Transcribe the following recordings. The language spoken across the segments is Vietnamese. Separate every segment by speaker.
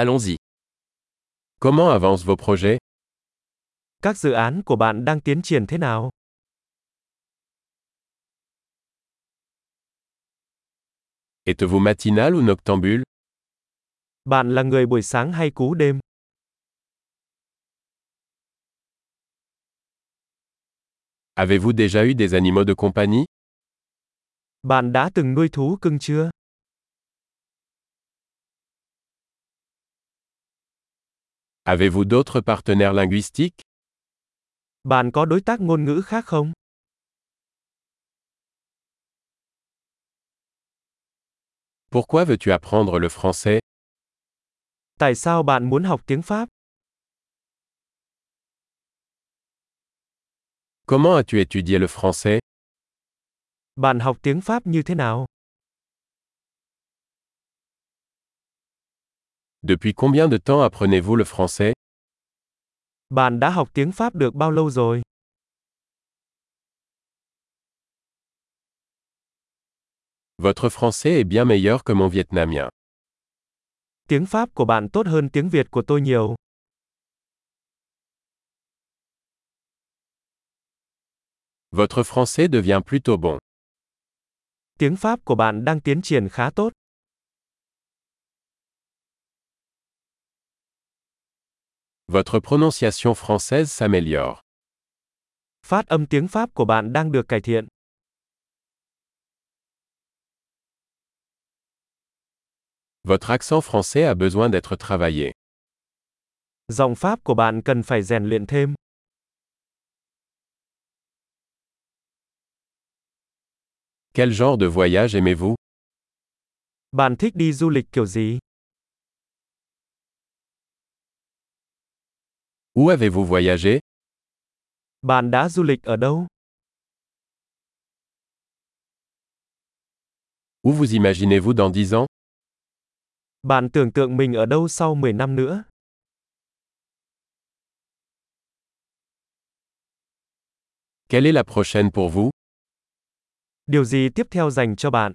Speaker 1: Allons-y. Comment avancent vos projets
Speaker 2: Các dự án của bạn đang tiến triển thế nào?
Speaker 1: Êtes-vous matinal ou noctambule
Speaker 2: Bạn là người buổi sáng hay cú đêm?
Speaker 1: Avez-vous déjà eu des animaux de compagnie
Speaker 2: Bạn đã từng nuôi thú cưng chưa?
Speaker 1: Avez-vous d'autres partenaires linguistiques
Speaker 2: Bạn có đối tác ngôn ngữ khác không?
Speaker 1: Pourquoi veux-tu apprendre le français
Speaker 2: Tại sao bạn muốn học tiếng Pháp?
Speaker 1: Comment as-tu étudié le français
Speaker 2: Bạn học tiếng Pháp như thế nào?
Speaker 1: Depuis combien de temps apprenez-vous le français
Speaker 2: Bạn đã học tiếng Pháp được bao lâu rồi?
Speaker 1: Votre français est bien meilleur que mon vietnamien.
Speaker 2: Tiếng Pháp của bạn tốt hơn tiếng Việt của tôi nhiều.
Speaker 1: Votre français devient plutôt bon.
Speaker 2: Tiếng Pháp của bạn đang tiến triển khá tốt.
Speaker 1: Votre prononciation française s'améliore.
Speaker 2: Phát âm tiếng Pháp của bạn đang được cải thiện.
Speaker 1: Votre accent français a besoin d'être travaillé.
Speaker 2: Giọng Pháp của bạn cần phải rèn luyện thêm.
Speaker 1: Quel genre de voyage aimez-vous
Speaker 2: Bạn thích đi du lịch kiểu gì?
Speaker 1: Où avez-vous voyagé
Speaker 2: Bạn đã du lịch ở đâu?
Speaker 1: Où vous imaginez-vous dans 10 ans
Speaker 2: Bạn tưởng tượng mình ở đâu sau 10 năm nữa?
Speaker 1: Quelle est la prochaine pour vous
Speaker 2: Điều gì tiếp theo dành cho bạn?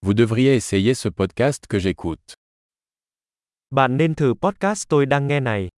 Speaker 1: Vous devriez essayer ce podcast que j'écoute.
Speaker 2: Bạn nên thử podcast tôi đang nghe này.